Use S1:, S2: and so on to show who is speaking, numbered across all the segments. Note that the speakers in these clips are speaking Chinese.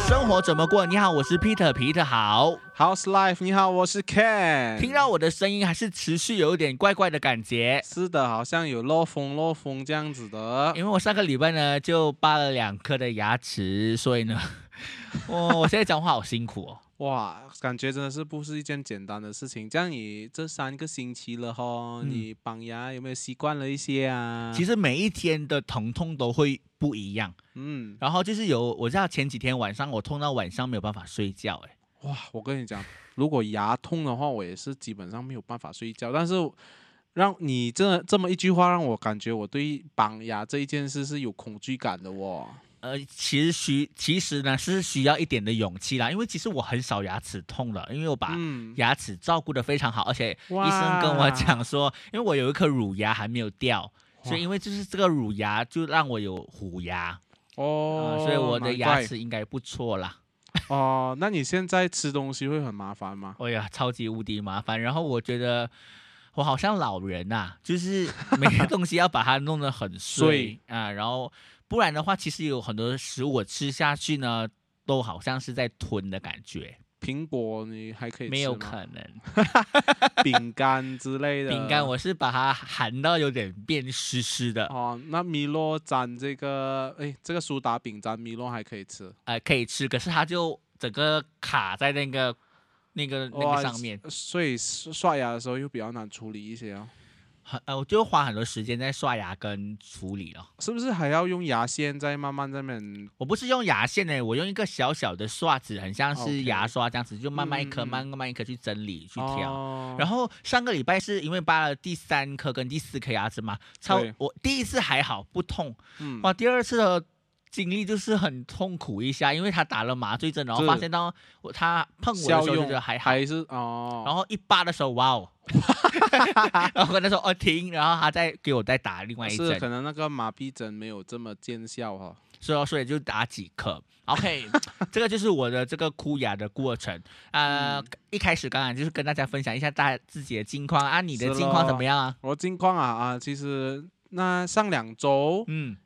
S1: 生活怎么过？你好，我是 Peter，皮特好。
S2: House Life，你好，我是 Ken。
S1: 听到我的声音还是持续有一点怪怪的感觉，
S2: 是的，好像有漏风漏风这样子的。
S1: 因为我上个礼拜呢就拔了两颗的牙齿，所以呢， 哦我我现在讲话好辛苦哦。
S2: 哇，感觉真的是不是一件简单的事情。这样你这三个星期了哈、
S1: 嗯
S2: 你绑牙有没有习惯了一些啊？
S1: 其实每一天的疼痛都会不一样，
S2: 嗯，
S1: 然后就是有我知道前几天晚上我痛到晚上没有办法睡觉，哎，
S2: 哇，我跟你讲，如果牙痛的话，我也是基本上没有办法睡觉。但是让你这这么一句话，让我感觉我对绑牙这一件事是有恐惧感的哦。
S1: 呃，其实需其实呢是需要一点的勇气啦，因为其实我很少牙齿痛了，因为我把
S2: 嗯，
S1: 牙齿照顾的非常好，而且啊
S2: 哇
S1: 医生跟我讲说，因为我有一颗乳牙还没有掉，
S2: 哇
S1: 所以因为就是这个乳牙就让我有虎牙，
S2: 哦、
S1: 呃所以我的
S2: 难
S1: 牙
S2: 怪
S1: 齿应该不错啦。
S2: 哦，那你现在吃东西会很麻烦吗？
S1: 哎呀，超级无敌麻烦。然后我觉得我好像老人呐、就是每个东西要把它弄得很碎
S2: 碎
S1: 啊，然后不然的话，其实有很多食物我吃下去呢。都好像是在吞的感觉，
S2: 苹果你还可以吃吗
S1: 没有可能。
S2: 饼干之类的
S1: 饼干我是把它含到有点变湿湿的，
S2: 哦，那米洛沾这个，哎，这个苏打饼沾米洛还可以吃，
S1: 呃，可以吃，可是它就整个卡在那个、那个、那
S2: 哇
S1: 个上面，
S2: 所以刷牙的时候又比较难处理一些哦，
S1: 很呃，我就花很多时间在刷牙跟处理了。
S2: 是不是还要用牙线再慢慢在那边？
S1: 我不是用牙线呢，我用一个小小的刷子，很像是
S2: OK
S1: 牙刷这样子，就慢慢一
S2: 嗯嗯
S1: 颗、
S2: 嗯
S1: 慢慢一颗去整理、去挑。
S2: 哦、
S1: 然
S2: 后
S1: 后上个礼拜是因为拔了第三颗跟第四颗牙齿嘛，超
S2: 对
S1: 我第一次还好不痛，
S2: 嗯，
S1: 哇，第二次的经历就是很痛苦一下，因为他打了麻醉针，然后
S2: 是
S1: 发现到我他碰我的
S2: 效
S1: 时候就
S2: 用
S1: 觉得还好，
S2: 还是哦，
S1: 然后一扒的时候，哇 哦！然后跟他说哦停，然后他再给我再打另外一
S2: 是可
S1: 针，
S2: 能那个麻痹针没有这么见效哈、哦。
S1: 所以所以就打几 颗。OK，这个就是我的这个箍牙的过程。呃，
S2: 嗯
S1: 一开始刚刚就是跟大家分享一下大家自己的近况啊，你的
S2: 是
S1: 近况怎
S2: 咯
S1: 么样啊？
S2: 我近况啊啊，其实那上两周
S1: 嗯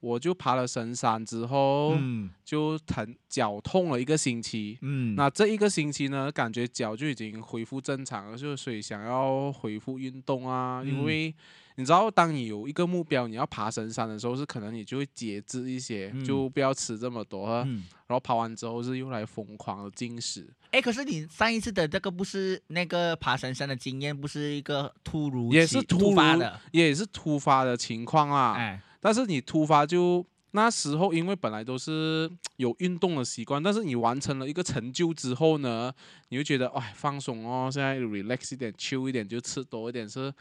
S2: 我就爬了神山之后，
S1: 嗯
S2: 就疼脚痛了一个星期。
S1: 嗯，
S2: 那这一个星期呢，感觉脚就已经恢复正常了，就所以想要恢复运动啊，
S1: 嗯
S2: 因为你知道，当你有一个目标，你要爬神山的时候，是可能你就会节制一些，
S1: 嗯
S2: 就不要吃这么多，然
S1: 嗯，
S2: 后爬完之后是用来疯狂的进食。
S1: 哎，可是你上一次的这个不是那个爬神山的经验，不是一个突如
S2: 也
S1: 其
S2: 是
S1: 突
S2: 突
S1: 发
S2: 如
S1: 的，
S2: 也是突发的情况啊，
S1: 哎，
S2: 但是你突发就那时候，因为本来都是有运动的习惯，但是你完成了一个成就之后呢，你会觉得哎放松哦，现在 relax 一点，chill 一点，就吃多一点是。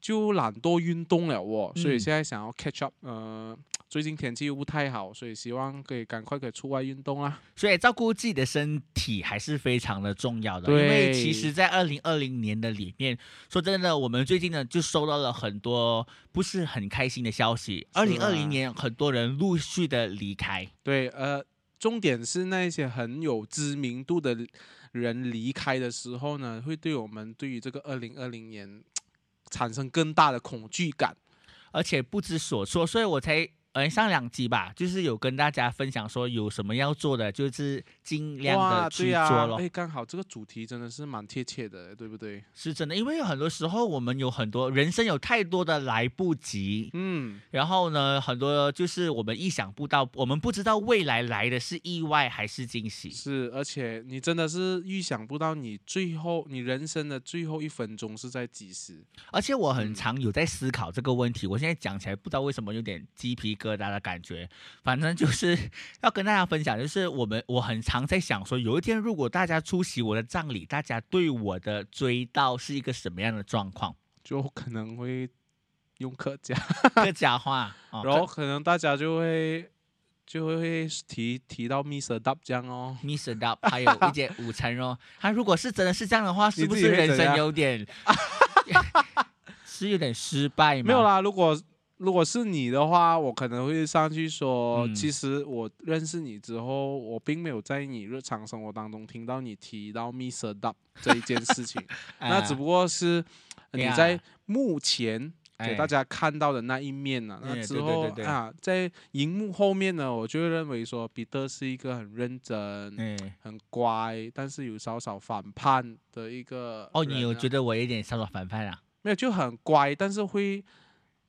S2: 就懒惰运动了哦，所以
S1: 嗯
S2: 现在想要 catch up，、呃，最近天气又不太好，所以希望可以赶快可以出外运动啊啦。
S1: 所以照顾自己的身体还是非常的重要的，因
S2: 对
S1: 为其实，在二零二零年的里面，说真的，我们最近呢就收到了很多不是很开心的消息。二零
S2: 是
S1: 二
S2: 啊
S1: 零年，很多人陆续的离开，
S2: 对，呃，重点是那些很有知名度的人离开的时候呢，会对我们对于这个二零二零年产生更大的恐惧感。
S1: 而且不知所措，所以我才。嗯，上两集吧，就是有跟大家分享说有什么要做的，就是尽量
S2: 哇，
S1: 的去
S2: 对
S1: 做
S2: 呀，
S1: 咯。
S2: 哎，刚好这个主题真的是蛮贴切的，对不对？
S1: 是真的，因为很多时候我们有很多人生有太多的来不及，
S2: 嗯，
S1: 然后呢，很多就是我们意想不到，我们不知道未来来的是意外还是惊喜。
S2: 是，而且你真的是预想不到，你最后你人生的最后一分钟是在几时？
S1: 而且我很
S2: 嗯
S1: 常有在思考这个问题，我现在讲起来不知道为什么有点鸡皮疙瘩的感觉。反正就是要跟大家分享，就是我们我很常在想说，有一天如果大家出席我的葬礼，大家对我的追悼是一个什么样的状况？
S2: 就可能会用客家，
S1: 客家话， 哦、
S2: 然后可能大家就会就会提提到 Mr. Dub 这样哦。
S1: miss it up，还有 一点午餐肉。他如果是真的是这样的话，是不是
S2: 你自己会
S1: 人
S2: 怎
S1: 生
S2: 样
S1: 有 点是有点失败吗？
S2: 没有 啦，如果如果是你的话，我可能会上去说，
S1: 嗯
S2: 其实我认识你之后，我并没有在你日常生活当中听到你提到 Mr. Dub 这一件事情。
S1: 呃，啊
S2: 那只不过是呃你
S1: 呀
S2: 在目前给
S1: 哎
S2: 大家看到的那一面呢、
S1: 哎
S2: 那之
S1: 对对
S2: 后
S1: 对对
S2: 啊，在荧幕后面呢，我就会认为说彼得是一个很认真、
S1: 嗯，
S2: 很乖，但是有少少反叛的一个。
S1: 哦，你有觉
S2: 得？
S1: 得我有点小小反叛啊？
S2: 没有，就很乖，但是会，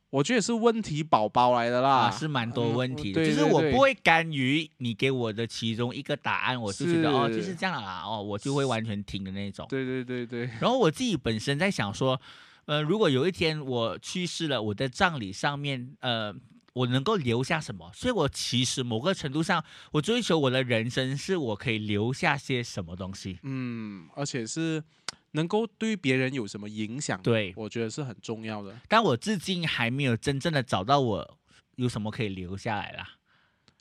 S2: 我觉得是问题宝宝来的啦。
S1: 啊，是蛮多
S2: 嗯
S1: 问题的，
S2: 对
S1: 就是
S2: 对
S1: 我
S2: 对
S1: 不会甘于你给我的其中一个答案，我就觉得哦就是
S2: 是
S1: 这样啦，哦我就会完全听的那种。
S2: 对对对对，
S1: 然后我自己本身在想说，呃，如果有一天我去世了，我的葬礼上面，呃，我能够留下什么？所以我其实某个程度上，我追求我的人生是我可以留下些什么东西。
S2: 嗯，而且是能够对别人有什么影响，，
S1: 对，
S2: 我觉得是很重要的。
S1: 但我至今还没有真正的找到我有什么可以留下来啦。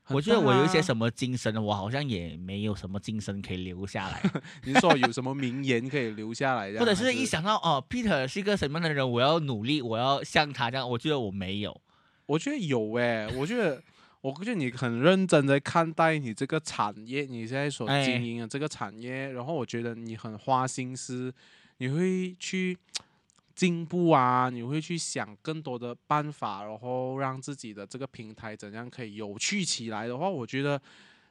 S1: 我觉得我有一些
S2: 么，
S1: 什么精神，我好像也没有什么精神可以留下来，
S2: 你是说有什么名言可以留下来这样，
S1: 或者
S2: 啊还
S1: 是一，想到哦，Peter 是一个什么样的人，我要努力，我要像他这样，我觉得我没有。
S2: 我觉得有诶、我觉得。我觉得你很认真在看待你这个产业，你现在所
S1: 哎
S2: 经营的这个产业，然后我觉得你很花心思，你会去进步啊，你会去想更多的办法，然后让自己的这个平台怎样可以有趣起来的话，我觉得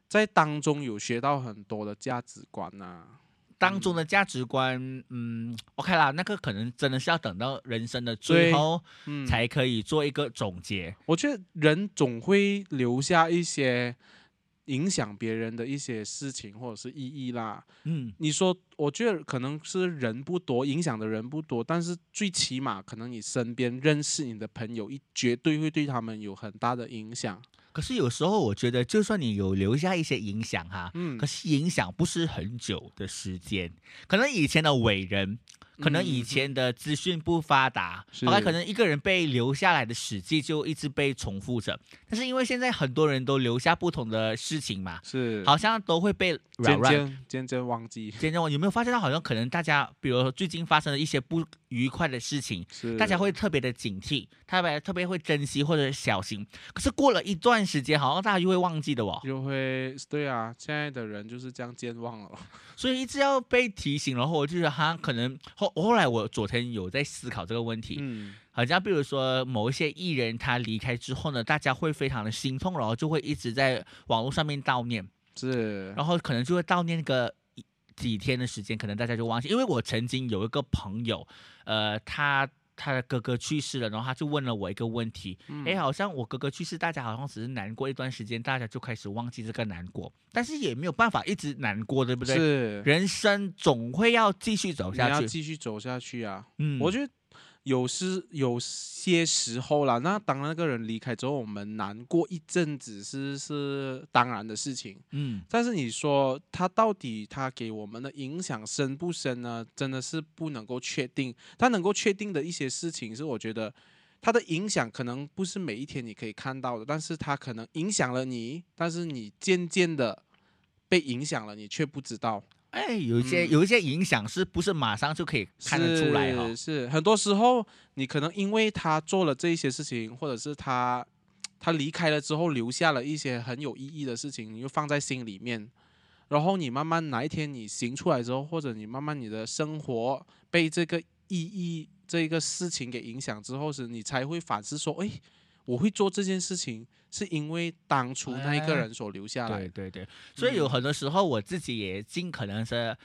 S2: 在当中有学到很多的价值观啊呐、嗯
S1: 当中的价值观，嗯，OK 啦，那个可能真的是要等到人生的最后
S2: 嗯，
S1: 才可以做一个总结。
S2: 我觉得人总会留下一些影响别人的一些事情或者是意义啦。
S1: 嗯，
S2: 你说，我觉得可能是人不多，影响的人不多，但是最起码可能你身边认识你的朋友，一绝对会对他们有很大的影响。
S1: 可是有时候我觉得，就算你有留下一些影响哈，
S2: 嗯
S1: 可，是影响不是很久的时间，可能以前的伟人。可能以
S2: 嗯
S1: 前的资讯不发达，
S2: 是
S1: 后来可能一个人被留下来的史记就一直被重复着。但是因为现在很多人都留下不同的事情嘛，
S2: 是
S1: 好像都会被扰
S2: 渐
S1: 乱。
S2: 渐渐渐忘记，
S1: 今天我有没有发现到，好像可能大家，比如说最近发生了一些不愉快的事情，
S2: 是
S1: 大家会特别的警惕，特别特别会珍惜或者小心。可是过了一段时间，好像大家又会忘记的哦，
S2: 就会对啊，现在的人就是这样健忘了。
S1: 所以一直要被提醒。然后我就觉得，哈，可能后后来我昨天有在思考这个问题，
S2: 嗯，
S1: 好像比如说某一些艺人他离开之后呢，大家会非常的心痛，然后就会一直在网络上面悼念。
S2: 是，
S1: 然后可能就会悼念个一几天的时间，可能大家就忘记。因为我曾经有一个朋友，呃，他他的哥哥去世了，然后他就问了我一个问题，
S2: 嗯
S1: 诶，好像我哥哥去世，大家好像只是难过一段时间，大家就开始忘记这个难过，但是也没有办法一直难过，对不对？
S2: 是，
S1: 人生总会要继续走
S2: 你
S1: 下
S2: 要
S1: 去。
S2: 继续走下去啊。
S1: 嗯，
S2: 我觉得有时有些时候啦，那当那个人离开之后，我们难过一阵子是是当然的事情。
S1: 嗯，
S2: 但是你说他到底他给我们的影响深不深呢？真的是不能够确定。他能够确定的一些事情是，我觉得他的影响可能不是每一天你可以看到的，但是他可能影响了你，但是你渐渐的被影响了，你却不知道。
S1: 哎，有一些、
S2: 嗯
S1: 有一些影响是不是马上就可以看得出来哦？
S2: 是是，很多时候你可能因为他做了这一些事情，或者是他他离开了之后留下了一些很有意义的事情，你就放在心里面。然后你慢慢哪一天你行出来之后，或者你慢慢你的生活被这个意义这个事情给影响之后时，你才会反思说，哎，我会做这件事情是因为当初那一个
S1: 哎
S2: 人所留下来
S1: 对
S2: 嗯
S1: 对对，所以有很多时候我自己也尽可能是，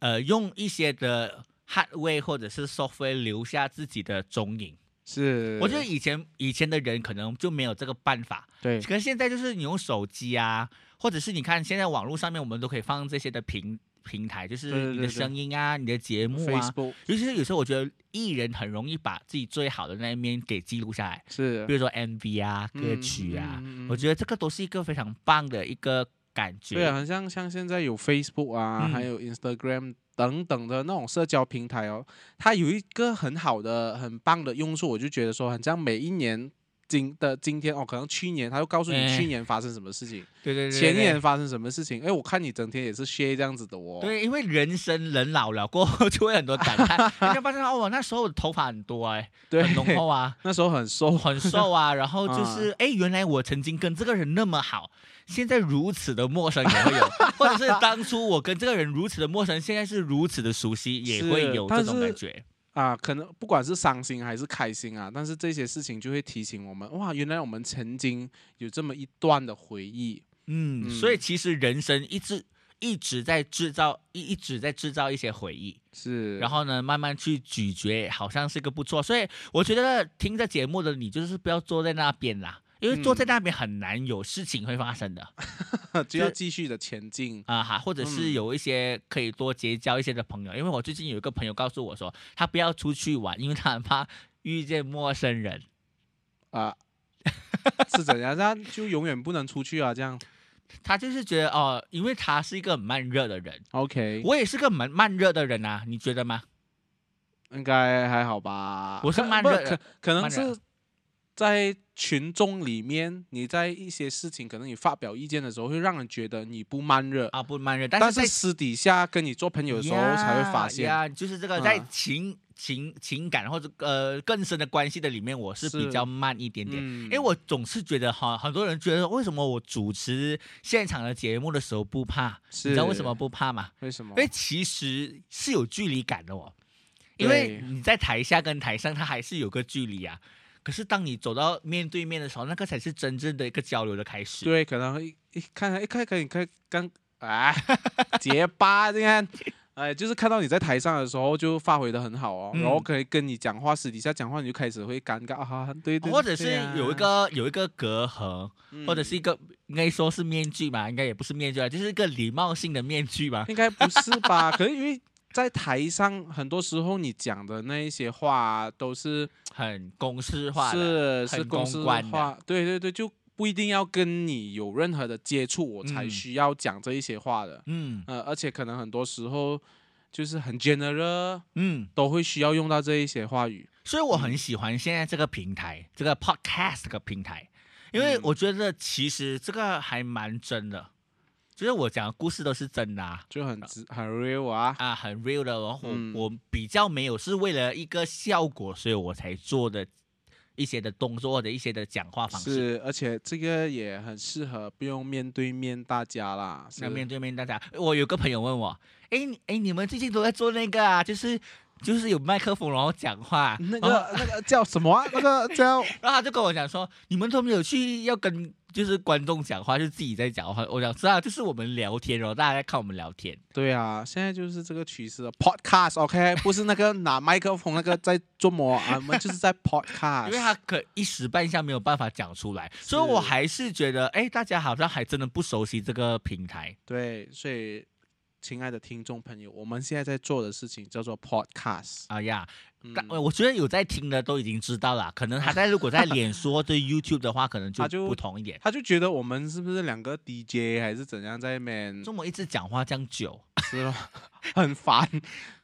S1: 呃，用一些的 hardware 或者是 software 留下自己的踪影。
S2: 是，
S1: 我觉得以前以前的人可能就没有这个办法，
S2: 对
S1: 可是现在就是你用手机啊，或者是你看现在网络上面我们都可以放这些的平平台，就是
S2: 对对
S1: 你
S2: 对
S1: 的
S2: 对
S1: 声音啊，你的节目啊。
S2: Facebook
S1: 尤其是有时候，我觉得艺人很容易把自己最好的那一面给记录下来，
S2: 是
S1: 比如说 MV 啊、歌
S2: 嗯
S1: 曲啊，
S2: 嗯嗯嗯
S1: 我觉得这个都是一个非常棒的一个感觉。
S2: 对啊，很像像现在有 Facebook 啊，还
S1: 嗯
S2: 有 Instagram 等等的那种社交平台哦，它有一个很好的、很棒的用处，我就觉得说，很像每一年今的今天哦，可能去年它会告诉你
S1: 哎
S2: 去年发生什么事情，
S1: 对对对，
S2: 前年发生什么事情，哎，我看你整天也是 share 这样子的哦，
S1: 对，因为人生人老了过后就会很多感 叹，你就发现哦，我那时候我的头发很多哎、
S2: 对，
S1: 很浓厚啊，
S2: 那时候很瘦，
S1: 很瘦啊，然后就是
S2: 嗯
S1: 哎、原来我曾经跟这个人那么好，现在如此的陌生也会 有，或者是当初我跟这个人如此的陌生，现在是如此的熟悉，也
S2: 是
S1: 会有这
S2: 但
S1: 种感
S2: 是
S1: 觉。
S2: 啊，可能不管是伤心还是开心啊，但是这些事情就会提醒我们，哇，原来我们曾经有这么一段的回忆。
S1: 嗯，
S2: 嗯
S1: 所以其实人生一直一直在制造一一直在制造一些回忆，
S2: 是，
S1: 然
S2: 后
S1: 后呢慢慢去咀嚼，好像是个不错。所以我觉得听着节目的你就是不要坐在那边啦，因为坐在那边很难有事情会发生的
S2: 就要继续的前进。
S1: 啊哈、或者是
S2: 嗯
S1: 有一些可以多结交一些的朋友。因为我最近有一个朋友告诉我说，他不要出去玩，因为他很怕遇见陌生人。
S2: 啊，是怎样？那就永远不能出去啊，这样。
S1: 他就是觉得哦，因为他是一个很慢热的人，
S2: OK，
S1: 我也是个蛮慢热的人啊，你觉得吗？
S2: 应该还好吧。
S1: 我是
S2: 可
S1: 慢
S2: 不
S1: 热的
S2: 可可能
S1: 慢热
S2: 是在群众里面，你在一些事情，可能你发表意见的时候，会让人觉得你不慢热，
S1: 啊，不慢热，
S2: 但
S1: 但是在
S2: 私底下跟你做朋友的时候才会发现。
S1: 呀呀就是这个在
S2: 啊
S1: 情、情情感或者呃更深的关系的里面，我是比
S2: 是
S1: 较慢一点点。
S2: 嗯
S1: 因为我总是觉得哈，很多人觉得为什么我主持现场的节目的时候不怕？
S2: 是
S1: 你知道为什么？不怕吗？
S2: 为什么
S1: 因？为其实是有距离感的哦，因为
S2: 对
S1: 你在台下跟台上，它还是有个距离啊。可是当你走到面对面的时候，那个才是真正的一个交流的开始。
S2: 对，可能一一看一看看你看刚啊结巴，你 看，哎，就是看到你在台上的时候就发挥的很好哦，然后
S1: 嗯
S2: 可以跟你讲话，私底下讲话你就开始会尴尬啊，对对，
S1: 或者
S2: 对
S1: 是
S2: 啊
S1: 有一，个、有一个隔阂，或者
S2: 嗯
S1: 是一个应该说是面具吧，应该也不是面具啊，就是一个礼貌性的面具 吧。
S2: 应该不是吧？可能因为在台上很多时候你讲的那一些话啊都是
S1: 很公式化的。
S2: 是是
S1: 很
S2: 公
S1: 公
S2: 司
S1: 关的
S2: 话，对对对，就不一定要跟你有任何的接触，我才
S1: 嗯
S2: 需要讲这一些话的。
S1: 嗯
S2: 呃，而且可能很多时候就是很 general，
S1: 嗯，
S2: 都会需要用到这一些话语。
S1: 所以我很喜欢现在这个平台，这个 podcast 这个平台，因为
S2: 嗯
S1: 我觉得其实这个还蛮真的，就是我讲的故事都是真的啊，
S2: 就很直很 real 啊，
S1: 啊很 real 的。然后我、
S2: 嗯
S1: 我比较没有是为了一个效果，所以我才做的一些的动作或者一些的讲话方式。
S2: 是，而且这个也很适合不用面对面大家啦，是
S1: 那面对面大家，我有个朋友问我，哎你哎，你们最近都在做那个啊，就是就是有麦克风然后讲话，
S2: 那
S1: 然后
S2: 个那个叫什么啊？那个叫
S1: 然后他就跟我讲说，你们都没有去要跟就是观众讲话，就自己在讲话。我想知道，就是我们聊天哦，大家在看我们聊天。
S2: 对啊，现在就是这个趋势，podcast，OK，、Podcast，OK，不是那个拿麦克风那个在做么啊，我们就是在 podcast，
S1: 因为他可一时半下没有办法讲出来，所以我还是觉得，哎，大家好像还真的不熟悉这个平台。
S2: 对，所以亲爱的听众朋友，我们现在在做的事情叫做 podcast，、
S1: 哎呀，
S2: 嗯
S1: 但、我觉得有在听的都已经知道了，可能他在如果在脸书或者 YouTube 的话，可能
S2: 他
S1: 就
S2: 就嗯
S1: 不同一点。
S2: 他就觉得我们是不是两个 DJ 还是怎样在那边
S1: 这么一直讲话这样久，
S2: 是吧？很烦，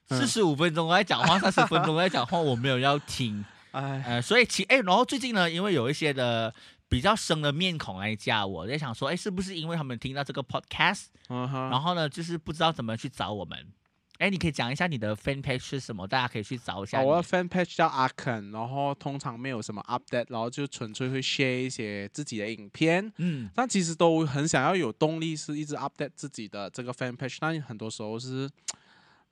S2: 嗯
S1: 四十五分钟我在讲话，三十分钟我在讲话，我没有要 听。
S2: 哎，
S1: 呃，所以其 哎，然后最近呢，因为有一些的比较生的面孔来加我，在想说，哎，是不是因为他们听到这个 podcast，、
S2: 嗯哼，
S1: 然后呢，就是不知道怎么去找我们？哎，你可以讲一下你的 fan page 是什么，大家可以去找一下
S2: 啊
S1: 你。
S2: 我的 fan page 叫阿肯，然后通常没有什么 update，然后就纯粹会 share 一些自己的影片。
S1: 嗯，
S2: 但其实都很想要有动力，是一直 update 自己的这个 fan page，但很多时候是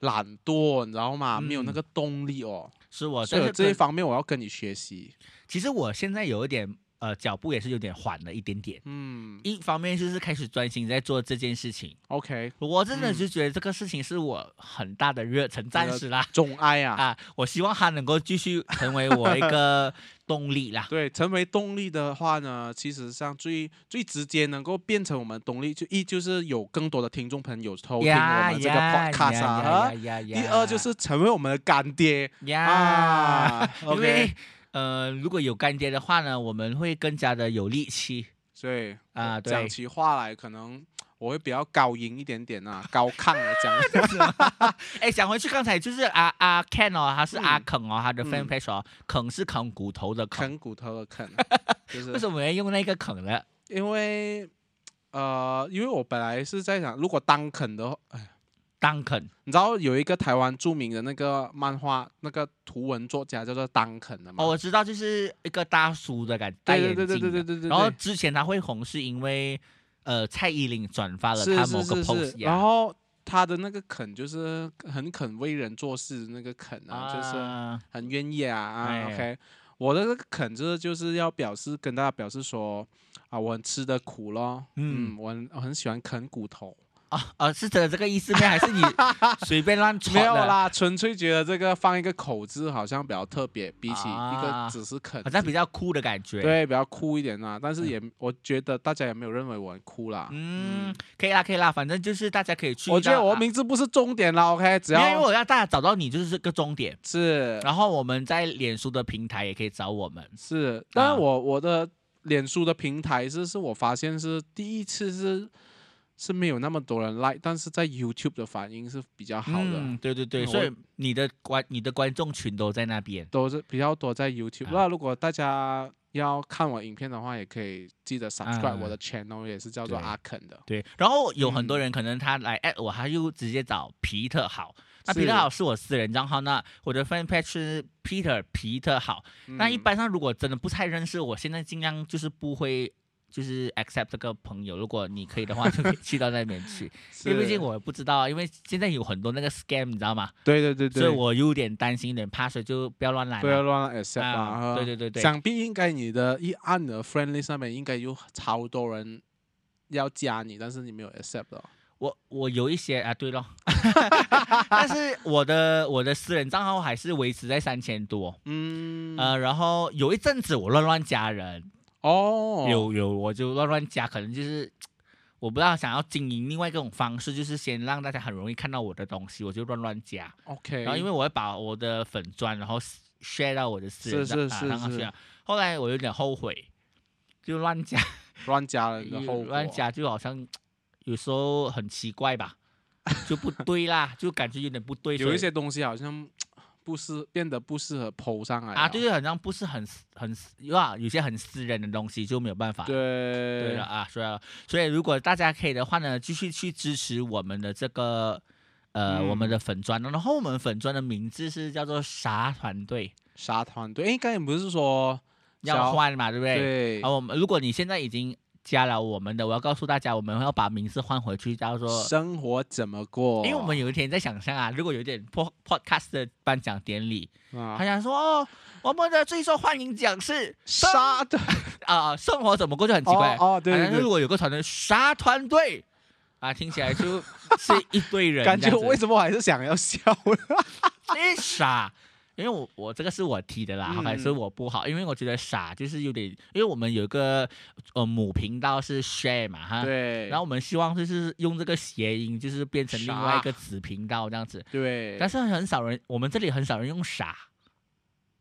S2: 懒惰，你知道吗？没有
S1: 嗯
S2: 那个动力哦。
S1: 是我，
S2: 所
S1: 但
S2: 以
S1: 是
S2: 这一
S1: 可
S2: 方面我要跟你学习。
S1: 其实我现在有一点呃，脚步也是有点缓了一点点。
S2: 嗯
S1: 一方面就是开始专心在做这件事情，
S2: ，OK，
S1: 我真的
S2: 嗯
S1: 就觉得这个事情是我很大的热忱，暂时啦
S2: 钟爱啊，
S1: 啊，我希望它能够继续成为我一 个动力啦。
S2: 对，成为动力的话呢，其实上最最直接能够变成我们动力，就一就是有更多的听众朋友偷听我们这个 podcast 啊。啊第二就是成为我们的干爹
S1: 呀，
S2: 啊
S1: 因为
S2: ，OK，
S1: 呃，如果有干爹的话呢，我们会更加的有力气
S2: 所以
S1: 啊，对
S2: 讲，起话来可能我会比较高音一点点啊，高亢的讲，
S1: 哎，讲回去刚才就是阿阿 Ken 哦，他是阿
S2: 嗯
S1: 肯哦，他的
S2: 嗯
S1: fan page 哦，肯是啃骨头的啃，
S2: 啃骨头的啃，啊就
S1: 为
S2: 是
S1: 什么要用那个啃呢？
S2: 因为呃，因为我本来是在想，如果当啃的话，哎
S1: 当啃
S2: 你知道有一个台湾著名的那个漫画那个图文作家叫做当肯的吗？
S1: 哦，我知道，就是一个大叔的感觉，戴眼
S2: 对对
S1: 镜
S2: 对对对
S1: 的
S2: 对对对，
S1: 然后之前他会红是因为呃蔡依林转发了
S2: 是
S1: 他
S2: 是
S1: 某个
S2: 是
S1: post，
S2: 是，
S1: 呀
S2: 然后他的那个肯就是很肯为人做事的那个肯啊，就是
S1: 啊
S2: 很愿意啊啊、
S1: 哎
S2: o k 我的这个肯就是就是要表示跟大家表示说啊，我很吃的苦咯，
S1: 嗯
S2: 嗯我很我很喜欢啃骨头，
S1: 啊啊，是真的这个意思吗？还是你随便乱扯
S2: 没有
S1: 的？
S2: 啦，纯粹觉得这个放一个口字好像比较特别，比起一
S1: 啊
S2: 个只是啃
S1: 好，像比较酷的感觉。，
S2: 对，比较酷一点啦。但是也我觉得大家也没有认为我很酷啦，
S1: 嗯，可以啦，可以啦，反正就是大家可以去到。
S2: 我觉得我
S1: 啊
S2: 名字不是重点啦，OK，只
S1: 没有因为
S2: 要
S1: 我要啊大家找到你就是这个终点，
S2: 是
S1: 然后我们在脸书的平台也可以找我们。
S2: 是，当
S1: 啊
S2: 然我我的脸书的平台是是我发现是第一次是是没有那么多人 like，但是在 YouTube 的反应是比较好的，
S1: 嗯，对对对，
S2: 嗯
S1: 所以
S2: 我
S1: 你的观你的观众群都在那边。
S2: 都是比较多在 YouTube。
S1: 啊
S2: 那如果大家要看我影片的话，也可以记得 subscribe 我的 channel，也是叫做
S1: 啊对
S2: 阿肯的。
S1: 对，然后有很多
S2: 嗯
S1: 人可能他来 at 我，他就直接找皮特好。那
S2: 是
S1: 皮特好是我私人账号，那我的 fan page 是 Peter 皮特好。那一
S2: 嗯
S1: 般上如果真的不太认识，我现在尽量就是不会就是 accept 这个朋友。如果你可以的话，就可以去到那边 去，因为毕
S2: 是
S1: 竟我也不知道，因为现在有很多那个 scam，你知道吗？
S2: 对对对
S1: 所以
S2: 对，
S1: 我有点担心，有点怕，所以就不要乱来
S2: 不
S1: 了。
S2: 要乱 accept
S1: 啊，
S2: 啊。
S1: 对对对对，
S2: 想必应该你的一按的 friend list 上面应该有超多人要加你，但是你没有 accept 哦。
S1: 我我有一些啊，对咯， 但是我的我的私人账号还是维持在三千多。
S2: 嗯，
S1: 呃，然后有一阵子我乱乱加人，
S2: 哦，
S1: 有有我就乱乱加，可能就是我不知道想要经营另外一种方式，就是先让大家很容易看到我的东西，我就乱乱加。
S2: OK，
S1: 然后因为我会把我的粉砖，然后 share 到我的私人账
S2: 是是
S1: 啊
S2: 是
S1: 让他
S2: 是
S1: share 后来我有点后悔，就乱 加，
S2: 乱加人的后果，
S1: 乱加就好像有时候很奇怪吧，就 不对啦，就感觉有点不对。所
S2: 有
S1: 以
S2: 一些东西好像不是变得不适合 PO 上来
S1: 啊，
S2: 了
S1: 对对，好像不是很私很私哇，有些很私人的东西就没有办法。
S2: 对
S1: 啊对了啊，所以所以如果大家可以的话呢，继续去支持我们的这个呃、我们
S2: 嗯
S1: 的粉砖，然后我们粉砖的名字是叫做啥团队
S2: 沙团队，哎，刚才你不是说
S1: 要
S2: 小
S1: 换嘛，对不对？
S2: 对
S1: 啊，我们如果你现在已经加了我们的，我要告诉大家，我们要把名字换回去，叫做。
S2: 生活怎么过？
S1: 因为我们有一天在想象啊，如果有一点 pod podcast 的颁奖典礼，
S2: 啊
S1: 他想说哦，我们的最受欢迎奖是生
S2: 沙的
S1: 啊、生活怎么过就很奇怪。
S2: 哦，哦对
S1: 好
S2: 对
S1: 像如
S2: 对，
S1: 果有个团队啥团队啊，听起来就是一堆 人这样
S2: 感
S1: 子，
S2: 觉为什么我还是想要笑呢？
S1: 你哎傻。因为我我这个是我提的啦，
S2: 嗯
S1: 还是我不好？因为我觉得傻就是有点，因为我们有一个呃母频道是 share 嘛哈，
S2: 对，
S1: 啊然后我们希望就是用这个谐音，就是变成另外一个子频道这样子。
S2: 对，
S1: 但是很少人，我们这里很少人用傻，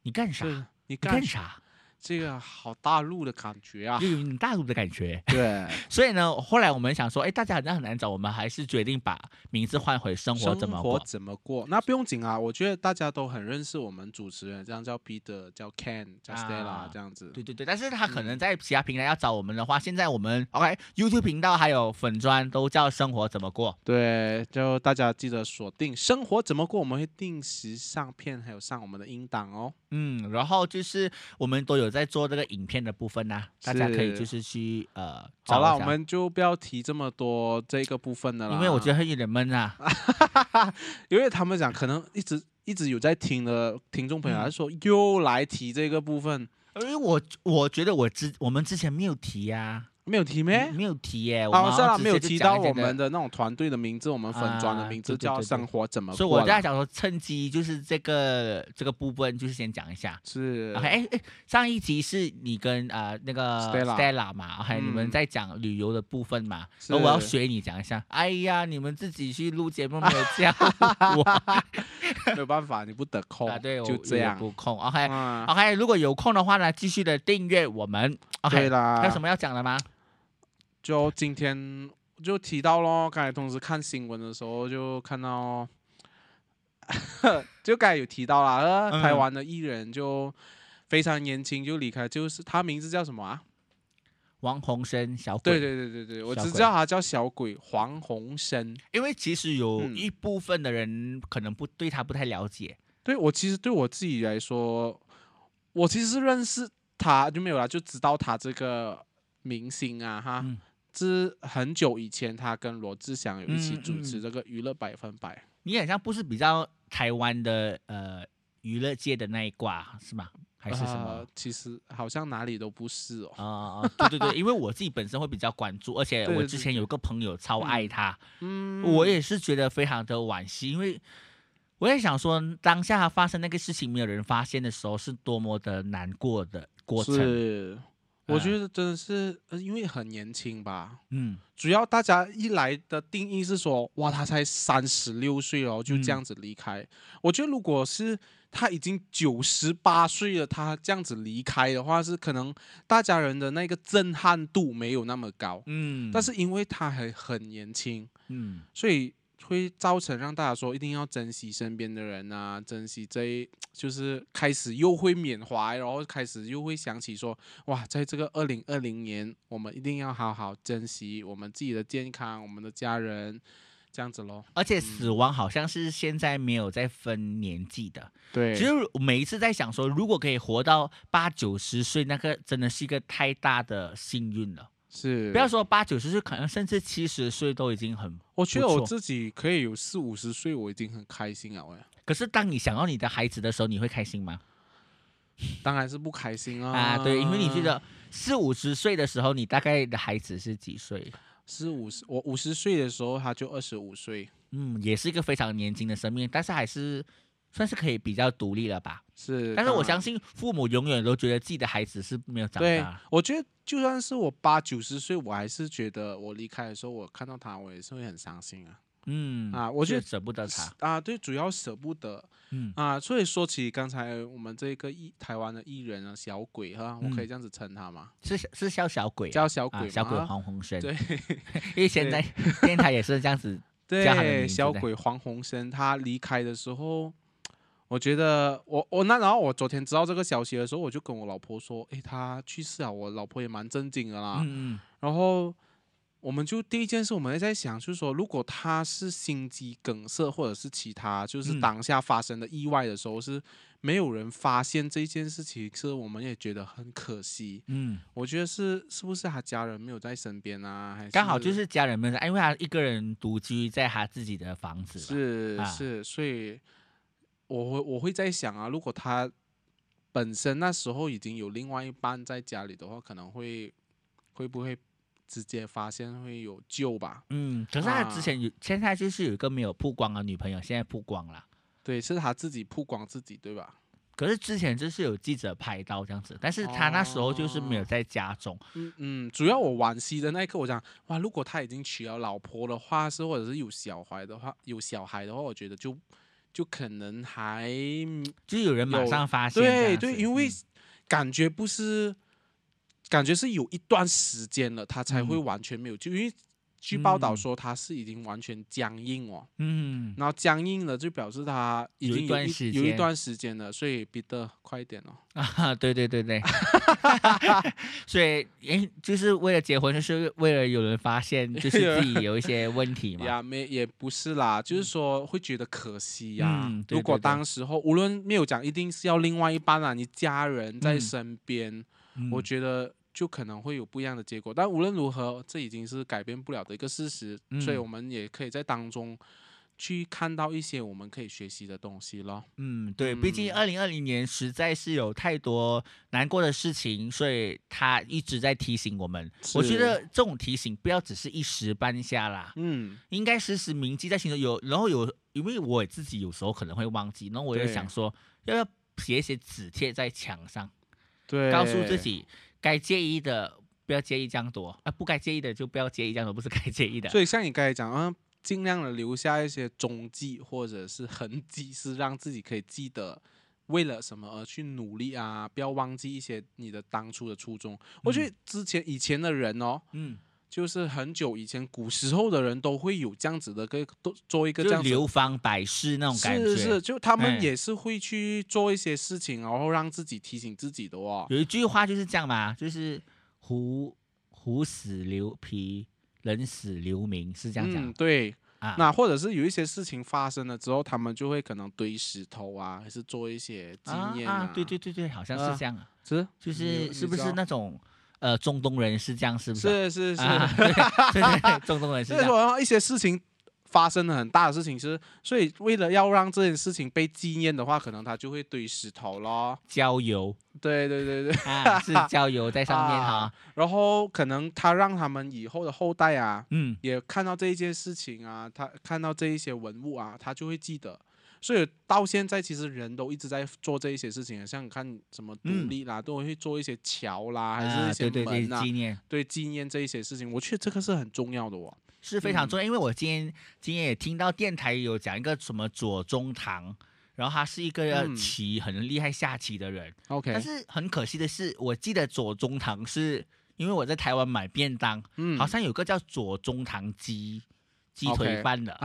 S1: 你干啥？
S2: 是
S1: 你
S2: 你干
S1: 干啥？
S2: 这个好大陆的感觉啊
S1: 就！有点大陆的感觉。
S2: 对，
S1: 所以呢，后来我们想说，哎，大家好像很难找，我们还是决定把名字换回“生活怎么过
S2: 怎么过？那不用紧啊，我觉得大家都很认识我们主持人，这样叫 Peter，叫 Ken，叫 Stella，、
S1: 啊
S2: 这样”。子。
S1: 对对对，但是他可
S2: 嗯
S1: 能在其他平台要找我们的话，现在我们 OK YouTube 频道还有粉砖都叫“生活怎么过
S2: 对，就大家记得锁定生活怎么过，我们会定时上片，还有上我们的音档哦。”。
S1: 嗯，然后就是我们都有在做这个影片的部分呐、大家可以
S2: 是
S1: 就是去呃
S2: 好
S1: 找
S2: 了，
S1: 一
S2: 我
S1: 下
S2: 们就不要提这么多这个部分的了，
S1: 因为我觉
S2: 得，
S1: 得有点闷啊。
S2: 因为他们讲可能一直一直有在听的听众朋友，
S1: 嗯
S2: 他说又来提这个部分，
S1: 因为我我觉得我之我们之前没有提呀、
S2: 没有提
S1: 啊，
S2: 咩？
S1: 没有提耶、我们
S2: 啊，
S1: 好
S2: 虽
S1: 像
S2: 然
S1: 直
S2: 没有
S1: 接就
S2: 提
S1: 讲
S2: 到
S1: 一些
S2: 我们
S1: 的，
S2: 的那种团队的名字，我们粉专
S1: 啊
S2: 的名字
S1: 对对
S2: 叫
S1: 对对
S2: 生活怎么过
S1: 所以
S2: 了，
S1: 我在想说，趁机就是这个这个部分，就是先讲一下。
S2: 是
S1: OK，哎哎，上一集是你跟呃那个
S2: Stella
S1: 嘛，OK，、你们
S2: 嗯
S1: 在讲旅游的部分嘛，
S2: 是
S1: 然后我要学你讲一下。哎呀，你们自己去录节目没有 教我
S2: 没有办法，你不得空
S1: 啊？对，我
S2: 哦就这样
S1: 我。不哦空。OK、
S2: 啊，
S1: OK，如果有空的话呢，继续的订阅我们。
S2: 对
S1: OK，
S2: 啦，
S1: 还有什么要讲的吗？
S2: 就今天就提到咯，刚才同时看新闻的时候就看到， 就刚才有提到啦，呃
S1: 嗯
S2: 台湾的艺人就非常年轻就离开，就是他名字叫什么啊？
S1: 王洪生小鬼。
S2: 对对对对对，我
S1: 小
S2: 只
S1: 鬼
S2: 知道他叫小鬼黄鸿升。
S1: 因为其实有
S2: 嗯
S1: 一部分的人可能不对他不太了解，
S2: 对我其实对我自己来说，我其实是认识他就没有啦，就知道他这个明星啊哈。
S1: 嗯
S2: 自很久以前，他跟罗志祥有一起
S1: 嗯
S2: 主持
S1: 嗯
S2: 这个娱乐百分百，
S1: 你好像不是比较台湾的呃娱乐界的那一挂是吗？还是什么
S2: 呃？其实好像哪里都不是哦。
S1: 啊、哦对对对，因为我自己本身会比较关注，而且
S2: 对
S1: 我
S2: 对
S1: 之
S2: 对
S1: 前有个朋友超爱他，
S2: 嗯，
S1: 我也是觉得非常的惋惜，因为我也想说，当下发生那个事情没有人发现的时候，是多么的难过的过程。
S2: 是，我
S1: 啊
S2: 觉得真的是、呃因为很年轻吧。
S1: 嗯，
S2: 主要大家一来的定义是说，哇，他才三十六岁哦，就这
S1: 嗯
S2: 样子离开。我觉得如果是他已经九十八岁了，他这样子离开的话，是可能大家人的那个震撼度没有那么高。
S1: 嗯
S2: 但是因为他还很年轻，
S1: 嗯
S2: 所以会造成让大家说一定要珍惜身边的人啊，珍惜这一就是开始又会缅怀，然后开始又会想起说，哇，在这个二零二零年，我们一定要好好珍惜我们自己的健康，我们的家人，这样子咯。
S1: 而且死亡好像是现在没有在分年纪的。
S2: 对
S1: 其实我每一次在想说，如果可以活到八九十岁，那个真的是一个太大的幸运了。
S2: 是
S1: 不要，说八九十岁，可能甚至七十岁都已经很。
S2: 我觉得
S1: 不
S2: 我
S1: 错
S2: 自己可以有四五十岁，我已经很开心了哎，
S1: 可是当你想到你的孩子的时候，你会开心吗？
S2: 当然是不开心啊。
S1: 啊，对，因为你觉得四五十岁的时候，你大概的孩子是几岁？
S2: 是五十，我五十岁的时候他就二十五岁，
S1: 嗯，也是一个非常年轻的生命，但是还是算是可以比较独立了吧。
S2: 是，
S1: 但是我
S2: 当然
S1: 相信父母永远都觉得自己的孩子是没有长
S2: 对
S1: 大。，
S2: 我觉得就算是我八九十岁，我还是觉得我离开的时候，我看到他，我也是会很伤心啊。
S1: 嗯
S2: 啊我觉
S1: 是
S2: 得
S1: 舍不得他。
S2: 啊，对，主要舍不得
S1: 嗯
S2: 啊。所以说起刚才我们这个艺台湾的艺人啊，小鬼哈，我可以这样子称他嘛，
S1: 是是叫小鬼啊、
S2: 叫小
S1: 嗯啊
S2: 鬼嘛，
S1: 小鬼
S2: 啊
S1: 黄鸿升，
S2: 对
S1: 因为现在 电台也是这样 子，叫他的名
S2: 对，
S1: 字
S2: 小
S1: 在
S2: 鬼黄鸿升他离开的时候。我觉得我我那然后我昨天知道这个消息的时候，我就跟我老婆说，诶，他去世啊！我老婆也蛮震惊的啦。
S1: 嗯嗯，
S2: 然后我们就第一件事，我们也在想，就是说，如果他是心肌梗塞或者是其他，就是
S1: 嗯
S2: 当下发生的意外的时候，是没有人发现这件事情，是我们也觉得很可惜。
S1: 嗯，
S2: 我觉得是是不是他家人没有在身边啊？还
S1: 刚好就是家人们哎在，因为他一个人独居在他自己的房子嘛，
S2: 是
S1: 啊
S2: 是，所以我会我会在想啊，如果他本身那时候已经有另外一半在家里的话，可能会会不会直接发现会有救吧？
S1: 嗯，可是他
S2: 啊
S1: 之前有，现在就是有一个没有曝光的女朋友，现在曝光了。
S2: 对，是他自己曝光自己，对吧？
S1: 可是之前就是有记者拍到这样子，但是他那时候就是
S2: 哦
S1: 没有在家中，
S2: 嗯嗯，主要我惋惜的那一刻，我想，哇，如果他已经娶了老婆的话，是或者是有小孩的话，有小孩的话，我觉得就就可能还
S1: 就是有人马上发现这样
S2: 对
S1: 子。
S2: 对，因为
S1: 嗯
S2: 感觉不是，感觉是有一段时间了，他才会
S1: 嗯
S2: 完全没有救，因为据报道
S1: 嗯
S2: 说他是已经完全僵硬哦，
S1: 嗯
S2: 然后僵硬了就表示他已
S1: 有一
S2: 经有
S1: 段
S2: 一
S1: 时
S2: 有一
S1: 间
S2: 段时间了，所以彼得快一点哦。
S1: 啊， 对对对对，所以诶，就是为了结婚，就是为了有人发现，就是自己有一些问题嘛。
S2: 呀，没也不是啦，就是说会觉得可惜呀、
S1: 嗯对
S2: 如果
S1: 对对
S2: 当时候无论没有讲，一定是要另外一半啊，你家人在
S1: 嗯
S2: 身边，
S1: 嗯
S2: 我觉得就可能会有不一样的结果。但无论如何，这已经是改变不了的一个事实，所以
S1: 嗯
S2: 我们也可以在当中去看到一些我们可以学习的东西咯。
S1: 嗯，对，毕竟二零二零年实在是有太多难过的事情，所以他一直在提醒我们。我觉
S2: 是
S1: 得这种提醒不要只是一时半下啦，
S2: 嗯，
S1: 应该时时铭记在心中。有，然后有，因为我自己有时候可能会忘记，然后我就
S2: 对
S1: 想说，要不要写一些纸贴在墙上，
S2: 对，
S1: 告诉自己该介意的不要介意这样多，啊、不该介意的就不要介意这样多，不是该介意的。
S2: 所以像你刚才讲啊，尽量的留下一些踪迹或者是痕迹，是让自己可以记得为了什么而去努力啊，不要忘记一些你的当初的初衷。我觉得之前以前的人哦，
S1: 嗯，
S2: 就是很久以前古时候的人都会有这样子的个都做一个这
S1: 就
S2: 样子
S1: 流芳百世那种感觉。
S2: 是是，就他
S1: 哎
S2: 们也是会去做一些事情，然后让自己提醒自己的哦。
S1: 有一句话就是这样嘛，就是虎虎死留皮，人死留名，是这样讲、
S2: 嗯，对，
S1: 啊。
S2: 那或者是有一些事情发生了之后，他们就会可能堆石头啊，还是做一些纪
S1: 啊
S2: 念
S1: 啊，对对对对，好像
S2: 啊
S1: 是这样啊，
S2: 是
S1: 就
S2: 你有
S1: 是
S2: 你
S1: 是不
S2: 知
S1: 是
S2: 道
S1: 那种呃中东人是这样，是不是？
S2: 是是是，
S1: 啊 对 对对对，中东人是啊
S2: 所
S1: 这
S2: 以
S1: 样。
S2: 说一些事情发生了很大的事情是，所以为了要让这件事情被纪念的话，可能他就会堆石头咯。
S1: 郊游
S2: 对对对对，
S1: 啊，是郊游在上面哈
S2: 啊。 然后可能他让他们以后的后代啊，
S1: 嗯，
S2: 也看到这一件事情啊，他看到这一些文物啊，他就会记得。所以到现在，其实人都一直在做这一些事情，啊像你看什么独
S1: 嗯
S2: 立啦，都会做一些桥啦，
S1: 啊
S2: 还是一
S1: 对
S2: 些
S1: 对对
S2: 门啊，
S1: 纪念
S2: 对纪念这一些事情。我觉得这个是很重要的哦。
S1: 是非常重要，因为我今天今天也听到电台有讲一个什么左宗棠。然后他是一个
S2: 嗯
S1: 棋很厉害下棋的人，但
S2: OK，
S1: 是很可惜的是，我记得左宗棠是因为我在台湾买便当，
S2: 嗯
S1: 好像有个叫左宗棠鸡鸡腿
S2: OK
S1: 饭 的，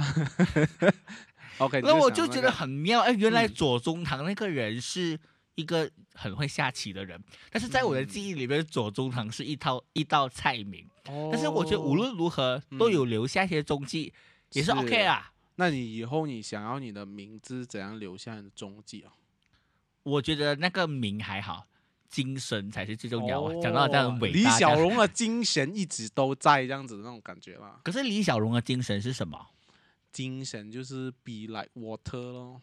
S2: ，OK，
S1: 那我
S2: 想
S1: 就
S2: 那
S1: 觉
S2: 个
S1: 得很妙，哎，原来
S2: 嗯
S1: 左宗棠那个人是一个很会下棋的人，但是在我的
S2: 嗯
S1: 记忆里面，左宗棠是一套一道菜名，但是我觉得无
S2: 哦
S1: 论如何都
S2: 嗯
S1: 有留下一些踪迹，也是
S2: 是
S1: OK 啦。
S2: 那你以后你想要你的名字怎样留下你的踪迹啊？
S1: 我觉得那个名还好，精神才是最重要啊。讲到这样
S2: 哦
S1: 伟大
S2: 李
S1: 这样，
S2: 小龙的精神一直都在，这样子的那种感觉啦。
S1: 可是李小龙的精神是什么
S2: 精神就是 be like water 咯，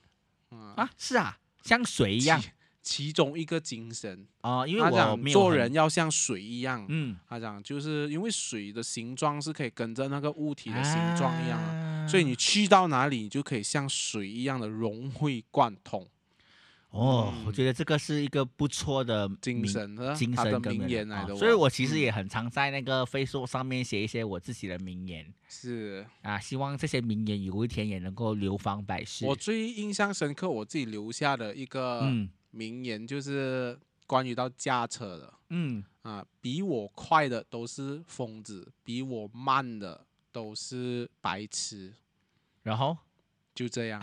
S2: 嗯、
S1: 啊？是啊，像水一
S2: 其
S1: 样
S2: 其中一个精神，
S1: 啊、因为
S2: 他
S1: 我
S2: 讲
S1: 没有
S2: 做
S1: 很
S2: 人，要像水一样。
S1: 嗯，
S2: 他讲就是因为水的形状是可以跟着那个物体的形状一样啊，所以你去到哪里，你就可以像水一样的融会贯通。
S1: 哦，我
S2: 嗯
S1: 觉得这个是一个不错的
S2: 精
S1: 名
S2: 神和
S1: 精
S2: 他的
S1: 神跟
S2: 名言来
S1: 啊
S2: 的哦、
S1: 所以我其实
S2: 嗯
S1: 也很常在那个 Facebook 上面写一些我自己的名言
S2: 是
S1: 啊，希望这些名言有一天也能够流芳百世。
S2: 我最印象深刻，我自己留下的一个
S1: 嗯
S2: 名言就是关于到驾车的
S1: 嗯，
S2: 啊，比我快的都是疯子，比我慢的都是白痴，
S1: 然后
S2: 就这 样。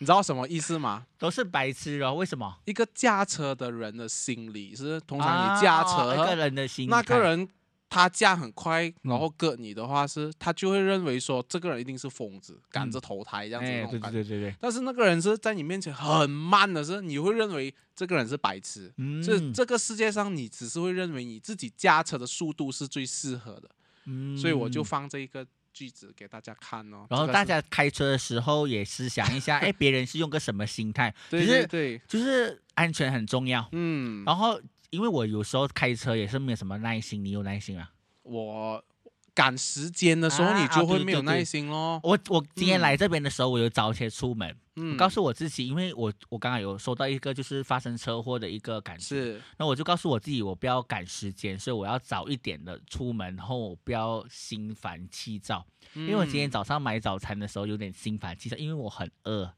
S2: 你知道什么意思吗？
S1: 都是白痴哦，为什么？
S2: 一个驾车的人的心理是，通常
S1: 啊
S2: 你驾
S1: 哦
S2: 车，
S1: 一个人的心态，
S2: 那个人他驾很快，然
S1: 嗯
S2: 后割你的话是，他就会认为说这个人一定是疯子，赶着投胎这样子那
S1: 哎，
S2: 种
S1: 对
S2: 感
S1: 对
S2: 觉
S1: 对对对，
S2: 但是那个人是在你面前很慢的时候，你会认为这个人是白痴。
S1: 嗯，
S2: 这、这个世界上，你只是会认为你自己驾车的速度是最适合的，
S1: 嗯
S2: 所以我就放这一个句子给大家看哦。
S1: 然后
S2: 这个是
S1: 大家开车的时候也思想一下， 哎，别人是用个什么心态？
S2: 对
S1: 其
S2: 对
S1: 实
S2: 对，
S1: 就是安全很重要。
S2: 嗯，
S1: 然后，因为我有时候开车也是没有什么耐心，你有耐心啊？
S2: 我赶时间的时候，
S1: 啊
S2: 你
S1: 啊
S2: 就
S1: 对
S2: 会没有
S1: 对对
S2: 耐心咯。
S1: 我我今天
S2: 嗯
S1: 来这边的时候，我有早些出门，
S2: 嗯，
S1: 我告诉我自己，因为我我刚刚有收到一个就是发生车祸的一个感觉，
S2: 是
S1: 那我就告诉我自己，我不要赶时间，所以我要早一点的出门，然后我不要心烦气躁，因为我今天
S2: 嗯
S1: 早上买早餐的时候有点心烦气躁，因为我很饿，
S2: 嗯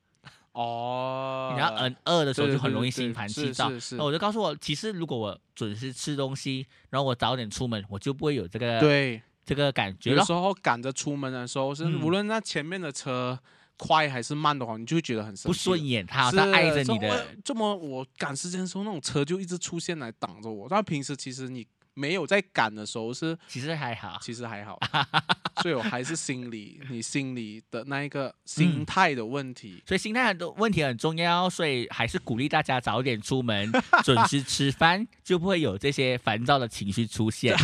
S2: 哦，
S1: 然后很饿的时候
S2: 对
S1: 就
S2: 对
S1: 很
S2: 对
S1: 容易
S2: 对
S1: 心烦
S2: 是
S1: 气躁
S2: 是。是
S1: 那哦我就告诉我，其实如果我准时吃东西，然后我早点出门，我就不会有这个
S2: 对，
S1: 这个感呃觉
S2: 有
S1: 了
S2: 时。候赶着出门的时候，是
S1: 嗯
S2: 无论那前面的车快还是慢的话，你就会觉得很生
S1: 不
S2: 气
S1: 顺
S2: 的
S1: 眼，他好
S2: 是
S1: 像爱着你
S2: 这么
S1: 的。
S2: 这么我赶时间的时候，那种车就一直出现来挡着我。但平时其实你没有在赶的时候是，
S1: 其实还好，
S2: 其实还 好，所以我还是心理你心理的那一
S1: 嗯
S2: 个心态的问题。
S1: 所以心态很多问题很重要，所以还是鼓励大家早点出门，准时吃饭，就不会有这些烦躁的情绪出 现。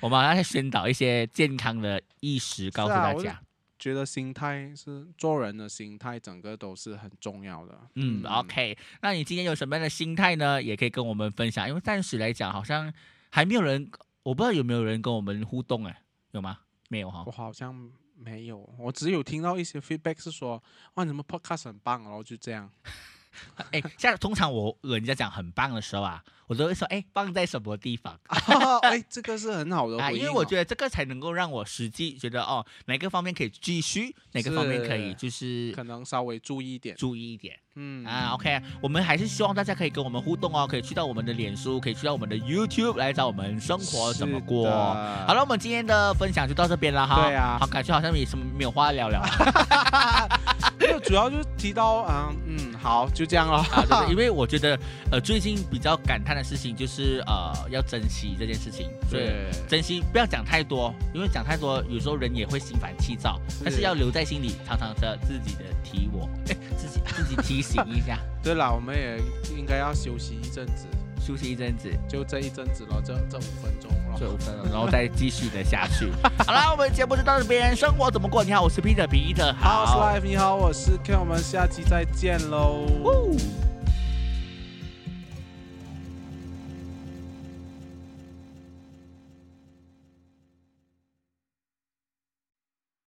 S1: 我们好像在宣导一些健康的意识，告诉大
S2: 啊我
S1: 家。
S2: 觉得心态是做人的心态，整个都是很重要的。
S1: 嗯，OK，那你今天有什么样的心态呢？也可以跟我们分享，因为暂时来讲，好像还没有人，我不知道有没有人跟我们互动，哎，有吗？没有哈
S2: 我。好像没有，我只有听到一些 feedback 是说，哇，你们 podcast 很棒，然后就这样。
S1: 哎，像通常我人家讲很棒的时候啊，我都会说，哎，棒在什么地方？
S2: 哎，这个是很好的
S1: 啊，
S2: 回应哦、
S1: 因为我觉得这个才能够让我实际觉得哦，哪个方面可以继续，哪个方面可以
S2: 是
S1: 就是
S2: 可能稍微注意一点。
S1: 注意一点
S2: 嗯
S1: 啊。OK，我们还是希望大家可以跟我们互动哦，可以去到我们的脸书，可以去到我们的 YouTube 来找我们生活怎么过。哦好
S2: 好
S1: 了，我们今天的分享就到这边了哈。
S2: 对啊
S1: 好，感觉好像没什么没有话聊 聊啊，
S2: 了，主要就是提到啊，嗯，好，就这样了。
S1: 对对因为我觉得呃最近比较感叹的事情就是呃要珍惜这件事情，所以
S2: 对，
S1: 珍惜不要讲太多，因为讲太多有时候人也会心烦气躁，但是要留在心里，常常的自己的提 我，哎自己自己提醒一下。
S2: 对了，我们也应该要休息一阵子，
S1: 休息一阵子，
S2: 就这一阵子了，这这五分钟了，
S1: 这五分钟，然后再继续的下 去。好啦，我们节目就到这边，生活怎么过？你好，我是 Peter 皮特，
S2: House Life，你好，我是 Ken，我们下期再见喽。
S1: 哦